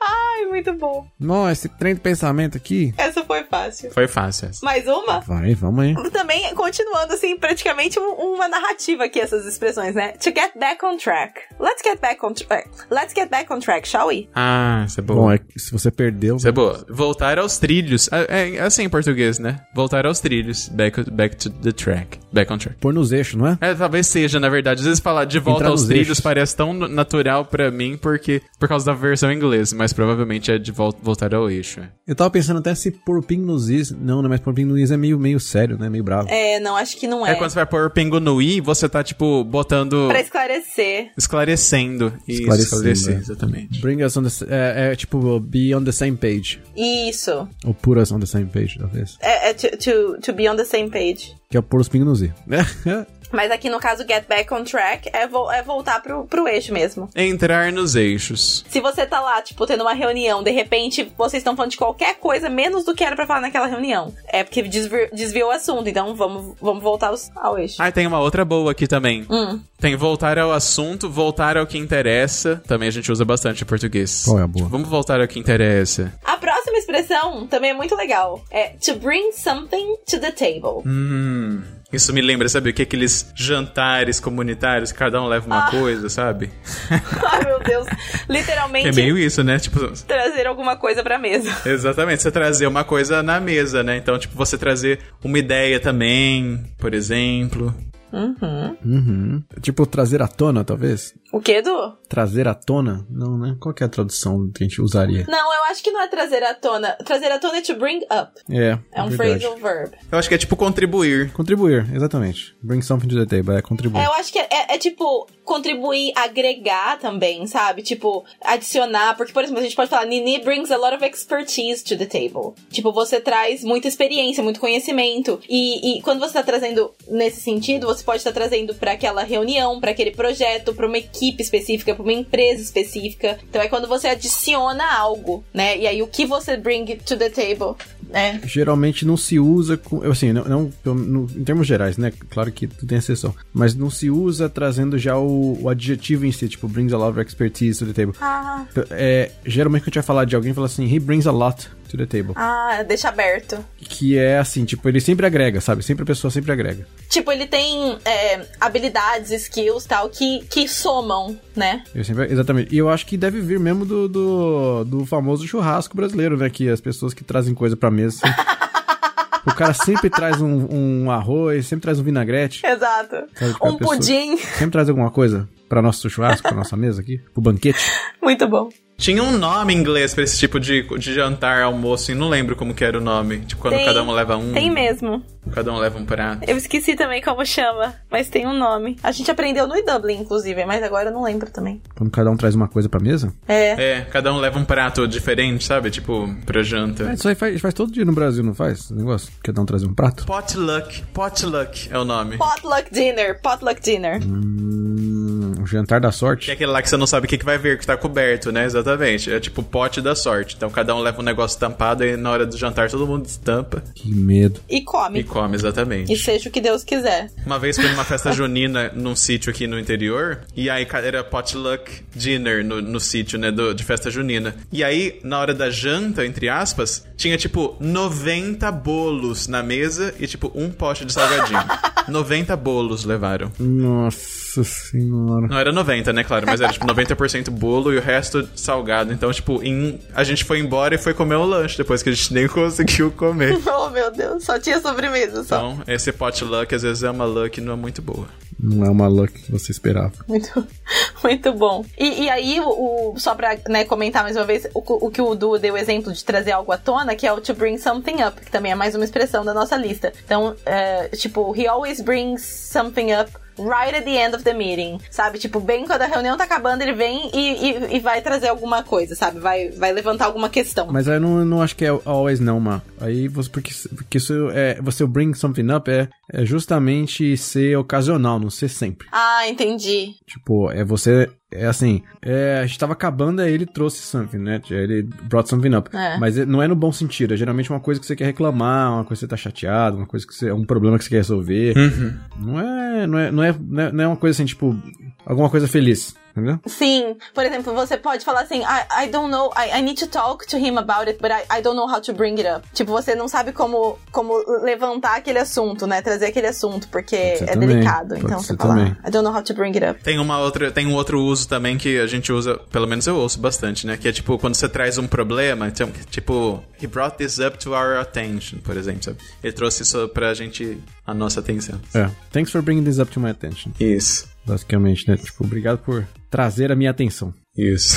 [SPEAKER 1] Ai, muito bom.
[SPEAKER 3] Nossa, esse trem do pensamento aqui.
[SPEAKER 1] Essa foi fácil.
[SPEAKER 2] Foi fácil essa.
[SPEAKER 1] Mais uma?
[SPEAKER 3] Vai, vamos aí.
[SPEAKER 1] Também continuando, assim, praticamente um- uma narrativa aqui, essas expressões, né? To get back on track. Let's get back on track. Let's get back on track, shall we?
[SPEAKER 2] Ah, isso é boa.
[SPEAKER 3] Bom, é que se você perdeu.
[SPEAKER 2] Isso é boa. Voltar aos trilhos. É, é assim em português, né? Voltar aos trilhos. Back, back to the track. Back on track.
[SPEAKER 3] Pôr nos eixos, não é?
[SPEAKER 2] É, talvez seja, na verdade. Às vezes falar de volta
[SPEAKER 3] Entrar
[SPEAKER 2] aos
[SPEAKER 3] nos
[SPEAKER 2] trilhos
[SPEAKER 3] eixos.
[SPEAKER 2] parece tão n- natural pra mim porque por causa da versão em inglês, mas provavelmente é de vol- voltar ao eixo. é.
[SPEAKER 3] Eu tava pensando até se pôr o ping nos is. Não, né? Mas pôr o ping nos is é meio, meio sério, né? Meio bravo.
[SPEAKER 1] É, não, acho que não é.
[SPEAKER 2] É quando você vai pôr pingo no i, você tá, tipo, botando...
[SPEAKER 1] Pra esclarecer.
[SPEAKER 2] Esclarecendo. Isso,
[SPEAKER 3] Esclarecendo,
[SPEAKER 2] esclarecer,
[SPEAKER 3] é.
[SPEAKER 2] exatamente.
[SPEAKER 3] Bring us on the... É, é tipo, be on the same page.
[SPEAKER 1] Isso.
[SPEAKER 3] Ou put us on the same page, talvez.
[SPEAKER 1] É, é to, to, to be on the same page.
[SPEAKER 3] Que é pôr os pingos nos i.
[SPEAKER 1] Mas aqui, no caso, get back on track é, vo- é voltar pro, pro eixo mesmo.
[SPEAKER 2] Entrar nos eixos.
[SPEAKER 1] Se você tá lá, tipo, tendo uma reunião, de repente vocês estão falando de qualquer coisa menos do que era pra falar naquela reunião. É porque desvi- desviou o assunto, então vamos, vamos voltar aos- ao eixo.
[SPEAKER 2] Ah, e tem uma outra boa aqui também.
[SPEAKER 1] Hum.
[SPEAKER 2] Tem voltar ao assunto, voltar ao que interessa. Também a gente usa bastante em português.
[SPEAKER 3] Qual é a boa?
[SPEAKER 2] Tipo, vamos voltar ao que interessa.
[SPEAKER 1] A próxima expressão também é muito legal. É to bring something to the table.
[SPEAKER 2] Hum. Isso me lembra, sabe, o que aqueles jantares comunitários que cada um leva uma
[SPEAKER 1] Ah.
[SPEAKER 2] coisa, sabe?
[SPEAKER 1] Ai, meu Deus.
[SPEAKER 2] Que
[SPEAKER 1] Literalmente
[SPEAKER 2] é meio isso, né? Tipo,
[SPEAKER 1] trazer alguma coisa pra mesa.
[SPEAKER 2] exatamente, você trazer uma coisa na mesa, né? Então, tipo, você trazer uma ideia também, por exemplo.
[SPEAKER 3] Uhum. Tipo, trazer à tona, talvez?
[SPEAKER 1] O que, Edu?
[SPEAKER 3] Trazer à tona? Não, né? Qual que é a tradução que a gente usaria?
[SPEAKER 1] Não, eu acho que não é trazer à tona. Trazer à tona é to bring up.
[SPEAKER 3] É,
[SPEAKER 1] É um
[SPEAKER 3] verdade.
[SPEAKER 1] phrasal verb.
[SPEAKER 2] Eu acho que é tipo contribuir.
[SPEAKER 3] Contribuir, exatamente. Bring something to the table, é contribuir.
[SPEAKER 1] É, eu acho que é, é- é, tipo contribuir, agregar também, sabe? Tipo, adicionar. Porque, por exemplo, a gente pode falar: Nini brings a lot of expertise to the table. Tipo, você traz muita experiência, muito conhecimento. E, e quando você tá trazendo nesse sentido, você pode estar trazendo pra aquela reunião, pra aquele projeto, pra uma equipe específica, pra uma empresa específica. Então é quando você adiciona algo, né? E aí o que você bring to the table, né?
[SPEAKER 3] geralmente não se usa com, eu, assim, não, não- eu- no- em termos gerais, né? Claro que tu tem exceção, mas não se usa trazendo já o, o adjetivo em si, tipo brings a lot of expertise to the table.
[SPEAKER 1] Ah,
[SPEAKER 3] É, geralmente quando a gente vai falar de alguém, fala assim, he brings a lot to the table,
[SPEAKER 1] ah, deixa aberto.
[SPEAKER 3] que é assim, tipo, ele sempre agrega, sabe? Sempre a pessoa sempre agrega.
[SPEAKER 1] Tipo, ele tem é, habilidades, skills tal, que, que somam, né?
[SPEAKER 3] Eu sempre- exatamente. E eu acho que deve vir mesmo do, do, do famoso churrasco brasileiro, né? Que as pessoas que trazem coisa pra mesa. assim. o cara sempre traz um, um arroz, sempre traz um vinagrete.
[SPEAKER 1] Exato.
[SPEAKER 3] Sabe que a
[SPEAKER 1] Um
[SPEAKER 3] É, pessoa-
[SPEAKER 1] pudim.
[SPEAKER 3] Sempre traz alguma coisa pra nosso churrasco, pra nossa mesa aqui, pro banquete.
[SPEAKER 1] Muito bom.
[SPEAKER 2] Tinha um nome em inglês pra esse tipo de, de jantar, almoço, e não lembro como que era o nome. Tipo, quando
[SPEAKER 1] Tem-
[SPEAKER 2] cada um leva um.
[SPEAKER 1] Tem mesmo.
[SPEAKER 2] Cada um leva um prato.
[SPEAKER 1] Eu esqueci também como chama, mas tem um nome. A gente aprendeu no Dublin, inclusive, mas agora eu não lembro também.
[SPEAKER 3] Quando cada um traz uma coisa pra mesa.
[SPEAKER 1] É.
[SPEAKER 2] É, cada um leva um prato diferente, sabe? Tipo, pra janta.
[SPEAKER 3] É, isso aí faz, faz todo dia no Brasil, não faz? Esse negócio? Cada um traz um prato?
[SPEAKER 2] Potluck. Potluck é o nome.
[SPEAKER 1] Potluck dinner, potluck dinner.
[SPEAKER 2] Uhum.
[SPEAKER 3] Hum, um jantar da
[SPEAKER 2] Que é
[SPEAKER 3] sorte.
[SPEAKER 2] aquele lá que você não sabe o que, que vai ver, que tá coberto, né? Exatamente. É tipo pote da sorte. Então cada um leva um negócio tampado e na hora do jantar todo mundo estampa
[SPEAKER 3] Que medo.
[SPEAKER 1] E
[SPEAKER 2] e
[SPEAKER 1] come.
[SPEAKER 2] come, exatamente.
[SPEAKER 1] E seja o que Deus quiser.
[SPEAKER 2] Uma vez fui numa festa junina num sítio aqui no interior, e aí ca- era potluck dinner no, no sítio, né, do- de festa junina. E aí, na hora da janta, entre aspas, tinha tipo 90 bolos na mesa e tipo um pote de salgadinho. 90 bolos levaram.
[SPEAKER 3] Nossa senhora.
[SPEAKER 2] Não era 90, né, claro, mas era tipo 90% bolo e o resto salgado. Então, tipo, em- a gente foi embora e foi comer o lanche depois que a gente nem conseguiu comer.
[SPEAKER 1] Oh, meu Deus, só tinha sobremesa só.
[SPEAKER 2] Então, esse potluck às vezes é uma luck e não é muito boa.
[SPEAKER 3] Não é uma luck que você esperava.
[SPEAKER 1] Muito, muito bom. E, e aí, o, o- só pra né, comentar mais uma vez, o, cu- o que o Du deu exemplo de trazer algo à tona, que é o to bring something up, que também é mais uma expressão da nossa lista. Então, é, tipo, he always brings something up. Right at the end of the meeting, sabe? Tipo, bem quando a reunião tá acabando, ele vem e, e- e vai trazer alguma coisa, sabe? Vai, vai levantar alguma questão.
[SPEAKER 3] Mas aí eu não, não acho que é always não, Má. Aí você. Porque, porque isso é. Você bring something up é, é justamente ser ocasional, não ser sempre.
[SPEAKER 1] Ah, entendi.
[SPEAKER 3] Tipo, é você. É assim, é, a gente tava acabando, aí ele trouxe something, né? Ele brought something up.
[SPEAKER 1] É.
[SPEAKER 3] Mas é- não é no bom sentido, é geralmente uma coisa que você quer reclamar, uma coisa que você tá chateado, uma coisa que você. um problema que você quer resolver.
[SPEAKER 2] Uhum.
[SPEAKER 3] Não, é, não, é, não, é, não é. não é uma coisa assim, tipo, alguma coisa feliz, entendeu?
[SPEAKER 1] Sim, por exemplo, você pode falar assim: I, I don't know, I, I need to talk to him about it, but I, I don't know how to bring it up. Tipo, você não sabe como, como levantar aquele assunto, né? Trazer aquele assunto, porque
[SPEAKER 3] ser
[SPEAKER 1] é
[SPEAKER 3] também,
[SPEAKER 1] delicado.
[SPEAKER 3] pode
[SPEAKER 1] Então
[SPEAKER 3] ser
[SPEAKER 1] você fala:
[SPEAKER 3] também.
[SPEAKER 1] I don't know how to bring it up.
[SPEAKER 2] Tem uma outra, tem um outro uso também que a gente usa, pelo menos eu ouço bastante, né? Que é tipo quando você traz um problema, então, tipo, he brought this up to our attention, por exemplo, sabe? Ele trouxe isso pra gente, a nossa atenção.
[SPEAKER 3] É. Thanks for bringing this up to my attention.
[SPEAKER 2] Isso.
[SPEAKER 3] Basicamente, né? Tipo, obrigado por trazer a minha atenção.
[SPEAKER 2] Isso.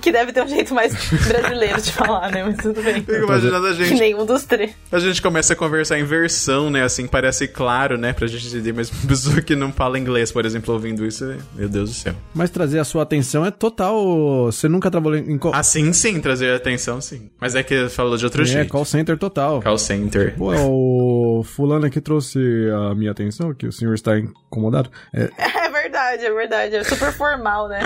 [SPEAKER 1] Que deve ter um jeito mais brasileiro de falar, né? Mas tudo bem.
[SPEAKER 3] um
[SPEAKER 2] Fico imaginando a
[SPEAKER 1] Que
[SPEAKER 2] gente,
[SPEAKER 1] nenhum dos três.
[SPEAKER 2] a gente começa a conversar em versão, né? Assim, parece claro, né? Pra gente entender, mas uma pessoa que não fala inglês, por exemplo, ouvindo isso, meu Deus do céu.
[SPEAKER 3] Mas trazer a sua atenção é total. Você nunca trabalhou em. Call...
[SPEAKER 2] Assim sim, trazer atenção, sim. Mas é que falou de outro
[SPEAKER 3] é,
[SPEAKER 2] jeito.
[SPEAKER 3] call center total.
[SPEAKER 2] Call center.
[SPEAKER 3] Pô, é o fulano aqui trouxe a minha atenção, que o senhor está incomodado. É, O
[SPEAKER 1] É verdade, é verdade. É super formal, né?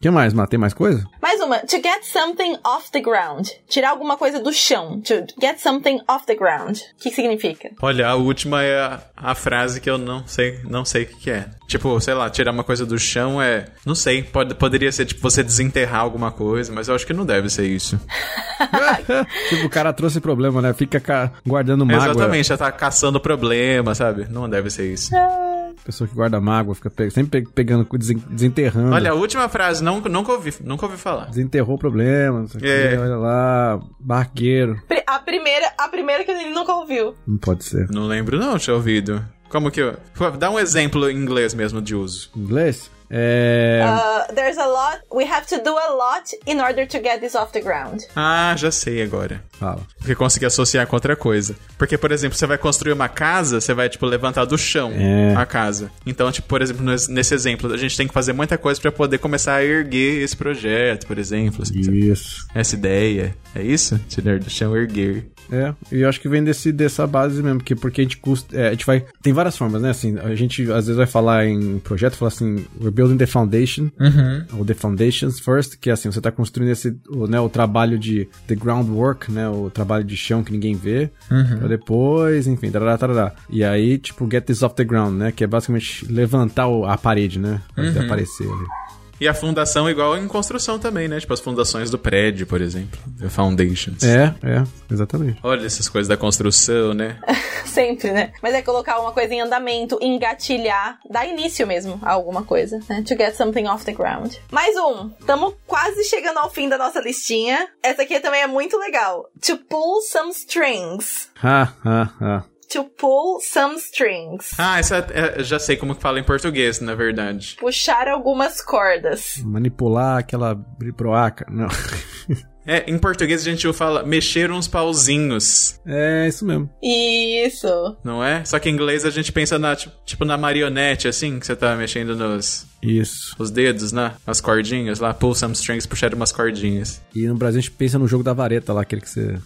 [SPEAKER 3] que mais, Má? Tem mais coisa?
[SPEAKER 1] Mais uma. To get something off the ground. Tirar alguma coisa do chão. To get something off the ground. O que que significa?
[SPEAKER 2] Olha, a última é a, a frase que eu não sei, não sei o que, que é. Tipo, sei lá, tirar uma coisa do chão é, não sei, pode, poderia ser tipo você desenterrar alguma coisa, mas eu acho que não deve ser isso.
[SPEAKER 3] tipo, o cara trouxe problema, né? Fica ca- guardando mágoa.
[SPEAKER 2] Exatamente, já tá caçando problema, sabe? Não deve ser isso.
[SPEAKER 3] Pessoa que guarda mágoa, fica pe- sempre pe- pegando, desen- desenterrando.
[SPEAKER 2] Olha, a última frase não, nunca ouvi, nunca ouvi falar.
[SPEAKER 3] Desenterrou o problema, não sei o
[SPEAKER 2] É.
[SPEAKER 3] quê, olha lá, barqueiro.
[SPEAKER 1] Pri- A primeira, a primeira que ele nunca ouviu.
[SPEAKER 3] Não pode ser.
[SPEAKER 2] Não lembro não, tinha ouvido. Como que eu... Dá um exemplo em inglês mesmo de uso.
[SPEAKER 3] Em inglês? É.
[SPEAKER 1] Uh, there's a lot. We have to do a lot in order to get this off the ground.
[SPEAKER 2] Ah, já sei agora.
[SPEAKER 3] Fala.
[SPEAKER 2] Porque consegui associar com outra coisa. Porque, por exemplo, você vai construir uma casa, você vai, tipo, levantar do chão
[SPEAKER 3] É.
[SPEAKER 2] a casa. Então, tipo, por exemplo, nes- nesse exemplo, a gente tem que fazer muita coisa pra poder começar a erguer esse projeto, por exemplo. assim, sabe?
[SPEAKER 3] Isso.
[SPEAKER 2] Essa ideia. É isso? Tirar do chão, erguer.
[SPEAKER 3] É, e eu acho que vem desse, dessa base mesmo, porque, porque a gente custa. é, a gente vai. Tem várias formas, né? Assim, a gente às vezes vai falar em projeto, fala assim, we're building the foundation, ou the foundations first, que é assim, você tá construindo esse, o, né, o trabalho de the groundwork, né? O trabalho de chão que ninguém vê, pra depois, enfim, tarará, tarará. E aí, tipo, get this off the ground, né? Que é basicamente levantar o- a parede, né? Pra ele aparecer ali.
[SPEAKER 2] E a fundação é igual em construção também, né? Tipo, as fundações do prédio, por exemplo. The foundations.
[SPEAKER 3] É, é, exatamente.
[SPEAKER 2] Olha essas coisas da construção, né?
[SPEAKER 1] Sempre, né? Mas é colocar uma coisa em andamento, engatilhar, dar início mesmo a alguma coisa, né? To get something off the ground. Mais um. Tamo quase chegando ao fim da nossa listinha. Essa aqui também é muito legal. To pull some strings.
[SPEAKER 3] Ha, ha, ha.
[SPEAKER 1] To pull some strings.
[SPEAKER 2] Ah, essa é, já sei como que fala em português, na verdade.
[SPEAKER 1] Puxar algumas cordas.
[SPEAKER 3] Manipular aquela broaca. Não.
[SPEAKER 2] É, em português a gente fala mexer uns pauzinhos,
[SPEAKER 3] É isso mesmo.
[SPEAKER 1] Isso.
[SPEAKER 2] não é? Só que em inglês a gente pensa na ti- tipo na marionete assim, que você tá mexendo nos
[SPEAKER 3] Isso.
[SPEAKER 2] os dedos, né? As cordinhas lá, pull some strings, puxar umas cordinhas.
[SPEAKER 3] E no Brasil a gente pensa no jogo da vareta lá, aquele que você.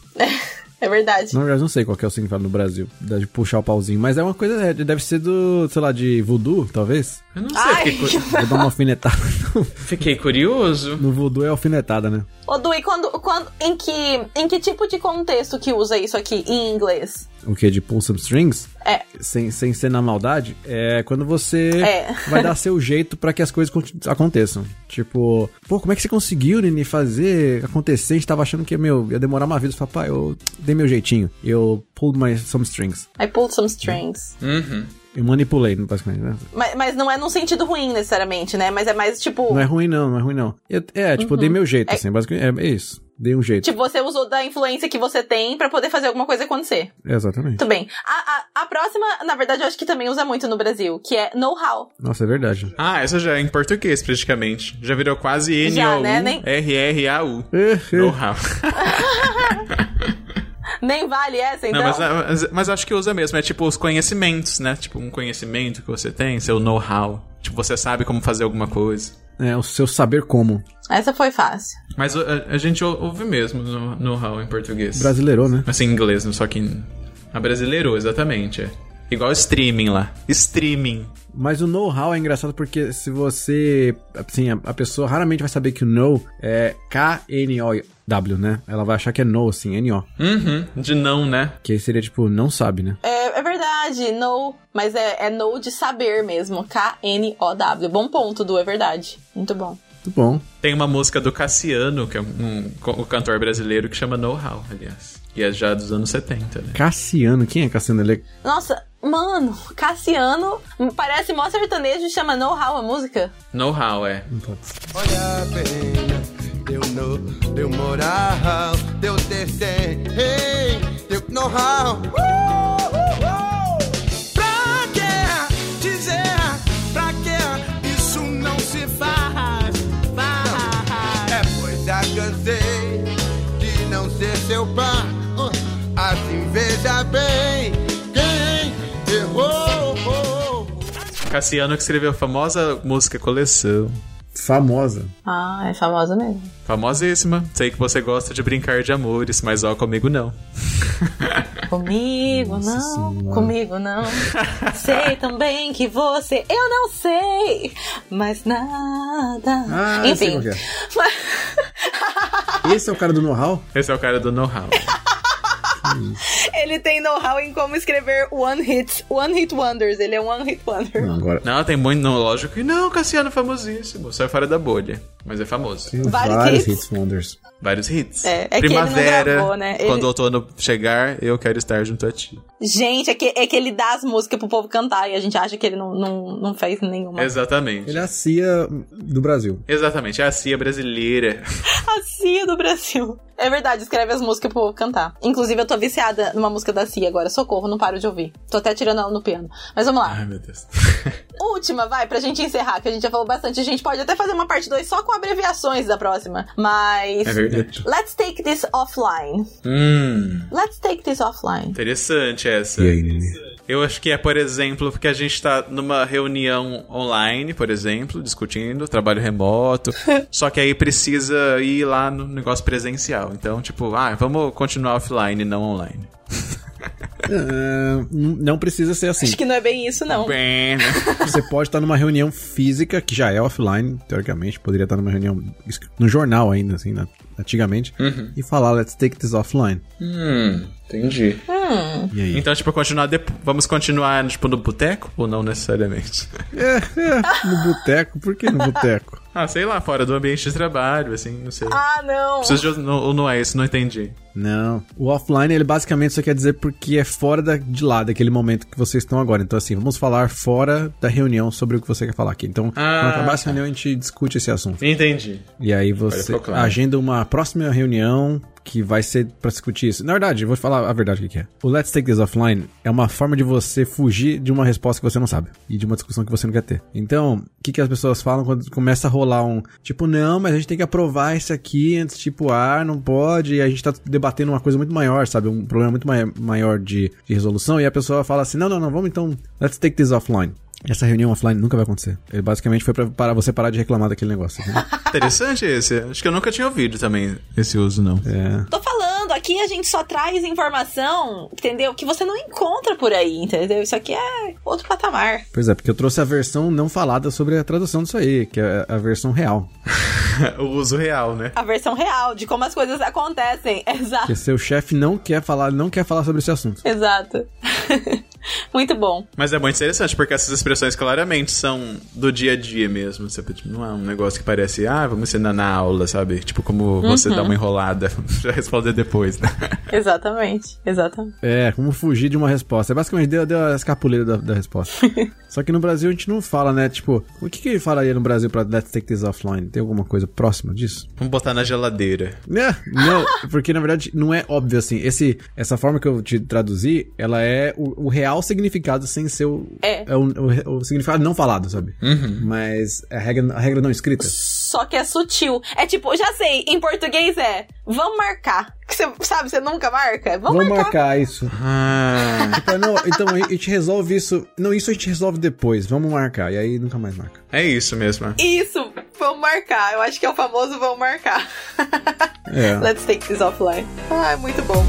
[SPEAKER 1] É verdade.
[SPEAKER 3] Na verdade, eu não sei qual que é o significado no Brasil, da de puxar o pauzinho, mas é uma coisa, é, deve ser do, sei lá, de voodoo, talvez.
[SPEAKER 2] Eu não sei,
[SPEAKER 1] Ai,
[SPEAKER 2] fiquei, cu-
[SPEAKER 3] Vou dar uma alfinetada.
[SPEAKER 2] fiquei curioso.
[SPEAKER 3] No voodoo é alfinetada, né?
[SPEAKER 1] Ô, Du, e quando, quando, em, que, em que tipo de contexto que usa isso aqui em inglês?
[SPEAKER 3] O que? De pull some strings?
[SPEAKER 1] É.
[SPEAKER 3] Sem, sem ser na maldade? É quando você
[SPEAKER 1] É.
[SPEAKER 3] vai dar seu jeito pra que as coisas conti- aconteçam. Tipo, pô, como é que você conseguiu, Nini, fazer acontecer? A gente tava achando que, meu, ia demorar uma vida. Você fala, pai, eu dei meu jeitinho. Eu pulled my some strings.
[SPEAKER 1] I pulled some strings.
[SPEAKER 2] Uhum.
[SPEAKER 3] Eu manipulei, basicamente, né?
[SPEAKER 1] Mas, mas não é num sentido ruim, necessariamente, né? Mas é mais tipo.
[SPEAKER 3] Não é ruim, não, não é ruim, não. Eu- é, tipo, eu dei meu jeito, assim, basicamente. É, é isso. Dei um jeito.
[SPEAKER 1] Tipo, você usou da influência que você tem pra poder fazer alguma coisa acontecer.
[SPEAKER 3] Exatamente.
[SPEAKER 1] Muito bem. A, a, a próxima, na verdade, eu acho que também usa muito no Brasil, que é know-how.
[SPEAKER 3] Nossa, é verdade.
[SPEAKER 2] Ah, essa já é em português praticamente. Já virou quase N
[SPEAKER 1] Já,
[SPEAKER 2] O
[SPEAKER 1] né? Nem-
[SPEAKER 2] U R R A U. Know-how.
[SPEAKER 1] Nem vale essa, então.
[SPEAKER 2] Não, mas, é. mas, mas acho que usa mesmo. É tipo os conhecimentos, né? Tipo um conhecimento que você tem, seu know-how. Tipo, você sabe como fazer alguma coisa.
[SPEAKER 3] É, o seu saber como.
[SPEAKER 1] Essa foi fácil.
[SPEAKER 2] Mas uh, a, a gente ou- ouve mesmo no know-how em português.
[SPEAKER 3] Brasileirou, né?
[SPEAKER 2] Assim, em inglês, não só que em... A brasileiro, exatamente, é. Igual streaming lá. Streaming.
[SPEAKER 3] Mas o know-how é engraçado porque se você. Assim, a, a pessoa raramente vai saber que o know é K-N-O-W, né? Ela vai achar que é know, assim, N-O.
[SPEAKER 2] Uhum. De não, né?
[SPEAKER 3] Que aí seria tipo, não sabe, né?
[SPEAKER 1] É, é verdade, know. Mas é, é know de saber mesmo. K-N-O-W. Bom ponto, Du, é verdade. Muito bom.
[SPEAKER 3] Muito bom.
[SPEAKER 2] Tem uma música do Cassiano, que é um, um co- um cantor brasileiro, que chama Know-How, aliás. E é já dos anos 70, né?
[SPEAKER 3] Cassiano, quem é Cassiano? Ele é-
[SPEAKER 1] Nossa, mano, Cassiano parece mó sertanejo e chama know-how a música.
[SPEAKER 2] Know-How, é.
[SPEAKER 3] então,
[SPEAKER 6] Olha bem, deu no, deu moral, deu desenho, hey, deu know-how. Uh, uh, uh. Pra que dizer, pra que isso não se faz? faz. É, pois já cansei de não ser seu par. Uh, Assim veja bem quem errou.
[SPEAKER 2] Cassiano que escreveu a famosa música Coleção.
[SPEAKER 3] famosa.
[SPEAKER 1] Ah, é famosa mesmo.
[SPEAKER 2] Famosíssima. Sei que você gosta de brincar de amores, mas ó, comigo não.
[SPEAKER 1] Comigo
[SPEAKER 3] Nossa
[SPEAKER 1] não,
[SPEAKER 3] Senhora.
[SPEAKER 1] comigo não. sei também que você, eu não sei, mas nada.
[SPEAKER 3] Ah, eu sei qual
[SPEAKER 1] Enfim.
[SPEAKER 3] que é.
[SPEAKER 1] Mas-
[SPEAKER 3] Esse é o cara do know-how?
[SPEAKER 2] Esse é o cara do know-how.
[SPEAKER 3] é.
[SPEAKER 1] Ele tem know-how em como escrever one hit, one hit wonders. Ele é um one hit wonder.
[SPEAKER 3] Não, agora.
[SPEAKER 2] não, tem muito não, lógico. E não, Cassiano é famosíssimo. Só é fora da bolha. Mas é famoso.
[SPEAKER 3] Tem
[SPEAKER 1] Vários
[SPEAKER 3] vários
[SPEAKER 1] hits.
[SPEAKER 3] hits wonders.
[SPEAKER 2] Vários hits.
[SPEAKER 1] É, é que ele não
[SPEAKER 2] Primavera,
[SPEAKER 1] gravou, né? Ele-
[SPEAKER 2] quando o outono chegar, eu quero estar junto a ti.
[SPEAKER 1] Gente, é que, é que ele dá as músicas pro povo cantar e a gente acha que ele não, não, não fez nenhuma.
[SPEAKER 2] Exatamente.
[SPEAKER 3] Ele é a CIA do Brasil.
[SPEAKER 2] Exatamente, é a CIA brasileira.
[SPEAKER 1] A Cia do Brasil. É verdade, escreve as músicas pro povo cantar. Inclusive, eu tô viciada numa música da Cia agora. Socorro, não paro de ouvir. Tô até tirando ela no piano. Mas vamos lá.
[SPEAKER 2] Ai, meu Deus.
[SPEAKER 1] Última, vai, pra gente encerrar, que a gente já falou bastante. A gente pode até fazer uma parte 2 só com abreviações da próxima. Mas.
[SPEAKER 2] É verdade.
[SPEAKER 1] Let's take this offline.
[SPEAKER 2] Hum,
[SPEAKER 1] Let's take this offline.
[SPEAKER 2] interessante essa.
[SPEAKER 3] E aí, Nenê?
[SPEAKER 2] Eu acho que é, por exemplo, porque a gente tá numa reunião online, por exemplo, discutindo trabalho remoto. só que aí precisa ir lá no negócio presencial. Então, tipo, ah, vamos continuar offline, não online.
[SPEAKER 3] Ah, n- não precisa ser assim.
[SPEAKER 1] Acho que tá. não é bem isso, não.
[SPEAKER 2] Bem, né?
[SPEAKER 3] Você pode estar numa reunião física, que já é offline, teoricamente, poderia estar numa reunião esc- no jornal ainda, assim, né? antigamente,
[SPEAKER 1] Uhum.
[SPEAKER 3] e falar, let's take this offline.
[SPEAKER 2] hum, entendi.
[SPEAKER 3] E
[SPEAKER 1] Uhum.
[SPEAKER 3] aí?
[SPEAKER 2] Então, tipo, continuar depo- vamos continuar, tipo, no boteco? Ou não necessariamente?
[SPEAKER 3] É, é, no boteco, por que no boteco?
[SPEAKER 2] ah, sei lá, fora do ambiente de trabalho, assim, não sei.
[SPEAKER 1] Ah, não.
[SPEAKER 2] Preciso de, não, ou não é isso, não entendi.
[SPEAKER 3] Não. O offline, ele basicamente só quer dizer porque é fora da- de lá, daquele momento que vocês estão agora. Então, assim, vamos falar fora da reunião sobre o que você quer falar aqui. Então,
[SPEAKER 2] Ah,
[SPEAKER 3] quando acabar
[SPEAKER 1] tá.
[SPEAKER 3] essa reunião, a gente discute esse assunto.
[SPEAKER 2] Entendi.
[SPEAKER 3] E aí
[SPEAKER 2] Olha,
[SPEAKER 3] você
[SPEAKER 2] ficou claro.
[SPEAKER 3] agenda uma próxima reunião que vai ser pra discutir isso. Na verdade, eu vou falar a verdade o que que é. O Let's Take This Offline é uma forma de você fugir de uma resposta que você não sabe e de uma discussão que você não quer ter. Então, o que, que as pessoas falam quando começa a rolar um tipo, não, mas a gente tem que aprovar isso aqui antes, tipo, ah, não pode, e a gente tá debatendo uma coisa muito maior, sabe? Um problema muito mai- maior de, de resolução, e a pessoa fala assim, não, não, não, vamos então, let's take this offline. Essa reunião offline nunca vai acontecer. Ele basicamente foi pra- para você parar de reclamar daquele negócio. entendeu?
[SPEAKER 2] Interessante esse. Acho que eu nunca tinha ouvido também esse uso, não.
[SPEAKER 3] É.
[SPEAKER 1] Tô falando, aqui a gente só traz informação, entendeu? Que você não encontra por aí, entendeu? Isso aqui é outro patamar.
[SPEAKER 3] Pois é, porque eu trouxe a versão não falada sobre a tradução disso aí, que é a versão real.
[SPEAKER 2] o uso real, né?
[SPEAKER 1] A versão real de como as coisas acontecem. Exato.
[SPEAKER 3] Porque seu chefe não quer falar, não quer falar sobre esse assunto.
[SPEAKER 1] Exato. Muito bom.
[SPEAKER 2] Mas é muito interessante, porque essas expressões claramente são do dia a dia mesmo. sabe? Tipo, não é um negócio que parece, ah, vamos ensinar na aula, sabe? Tipo, como você dá uma enrolada pra responder depois, né?
[SPEAKER 1] Exatamente. Exatamente.
[SPEAKER 3] É, como fugir de uma resposta. É basicamente deu, deu a escapuleira da, da resposta. Só que no Brasil a gente não fala, né? Tipo, o que, que ele falaria no Brasil pra Let's Take This Offline? Tem alguma coisa próxima disso?
[SPEAKER 2] Vamos botar na geladeira.
[SPEAKER 3] Né? Não, porque na verdade não é óbvio assim. Esse, essa forma que eu te traduzi, ela é o, o real significado sem ser o,
[SPEAKER 1] É.
[SPEAKER 3] o, o- o significado não falado, sabe? Mas é a regra, a regra não escrita.
[SPEAKER 1] Só que é sutil. É tipo, já sei, em português é vamos marcar. Que você sabe, você nunca marca? Vamos,
[SPEAKER 3] Vamos
[SPEAKER 1] marcar.
[SPEAKER 3] marcar isso.
[SPEAKER 2] Ah,
[SPEAKER 3] Tipo, não, então a gente resolve isso. Não, isso a gente resolve depois. Vamos marcar. E aí nunca mais marca.
[SPEAKER 2] é isso mesmo.
[SPEAKER 1] Isso, vamos marcar. Eu acho que é o famoso vamos marcar.
[SPEAKER 3] É.
[SPEAKER 1] Let's take this offline. Ah, é muito bom.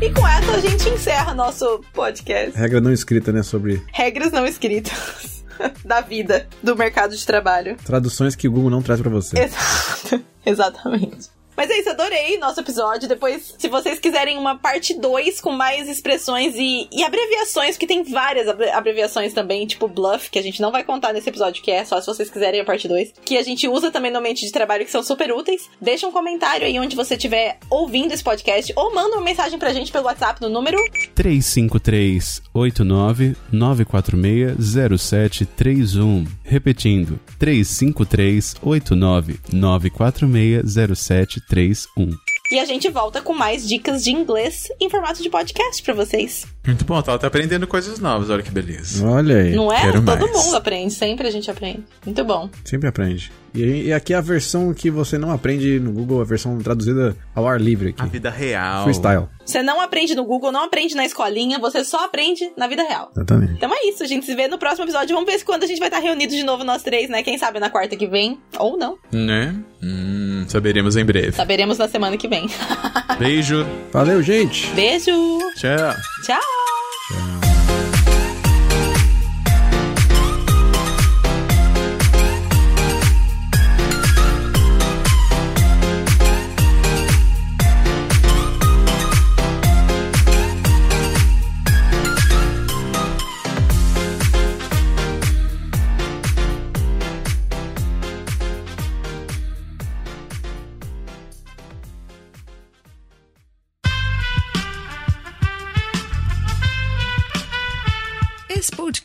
[SPEAKER 1] E com essa a gente encerra nosso podcast.
[SPEAKER 3] É Regra não escrita, né? Sobre
[SPEAKER 1] Regras não escritas da vida, do mercado de trabalho.
[SPEAKER 3] traduções que o Google não traz pra
[SPEAKER 1] É.
[SPEAKER 3] você.
[SPEAKER 1] Exato. Exatamente. Mas é isso, adorei nosso episódio. Depois, se vocês quiserem uma parte 2 com mais expressões e, e abreviações, porque tem várias abre- abreviações também, tipo bluff, que a gente não vai contar nesse episódio, que é só se vocês quiserem a parte 2, que a gente usa também no ambiente de trabalho, que são super úteis. Deixa um comentário aí onde você estiver ouvindo esse podcast, ou manda uma mensagem pra gente pelo WhatsApp no número
[SPEAKER 7] 353 89 946 0731. Repetindo, 353 89 946 0731.
[SPEAKER 1] e a gente volta com mais dicas de inglês em formato de podcast pra vocês.
[SPEAKER 2] Muito bom, tá, tá aprendendo coisas novas, olha que beleza.
[SPEAKER 3] Olha aí.
[SPEAKER 1] Não é?
[SPEAKER 2] quero
[SPEAKER 1] Todo
[SPEAKER 2] mais.
[SPEAKER 1] mundo aprende, sempre a gente aprende. Muito bom.
[SPEAKER 3] Sempre aprende. E, e aqui é a versão que você não aprende no Google, a versão traduzida ao ar livre
[SPEAKER 2] A
[SPEAKER 3] aqui.
[SPEAKER 2] vida real.
[SPEAKER 3] Freestyle.
[SPEAKER 1] Você não aprende no Google, não aprende na escolinha, você só aprende na vida real.
[SPEAKER 3] Exatamente.
[SPEAKER 1] Então é isso, a gente se vê no próximo episódio. Vamos ver se quando a gente vai estar reunidos de novo nós três, né? Quem sabe na quarta que vem, ou não.
[SPEAKER 2] Né? Hum, saberemos em breve.
[SPEAKER 1] Saberemos na semana que vem.
[SPEAKER 2] Beijo,
[SPEAKER 3] Valeu, gente!
[SPEAKER 1] Beijo!
[SPEAKER 2] tchau.
[SPEAKER 1] Tchau!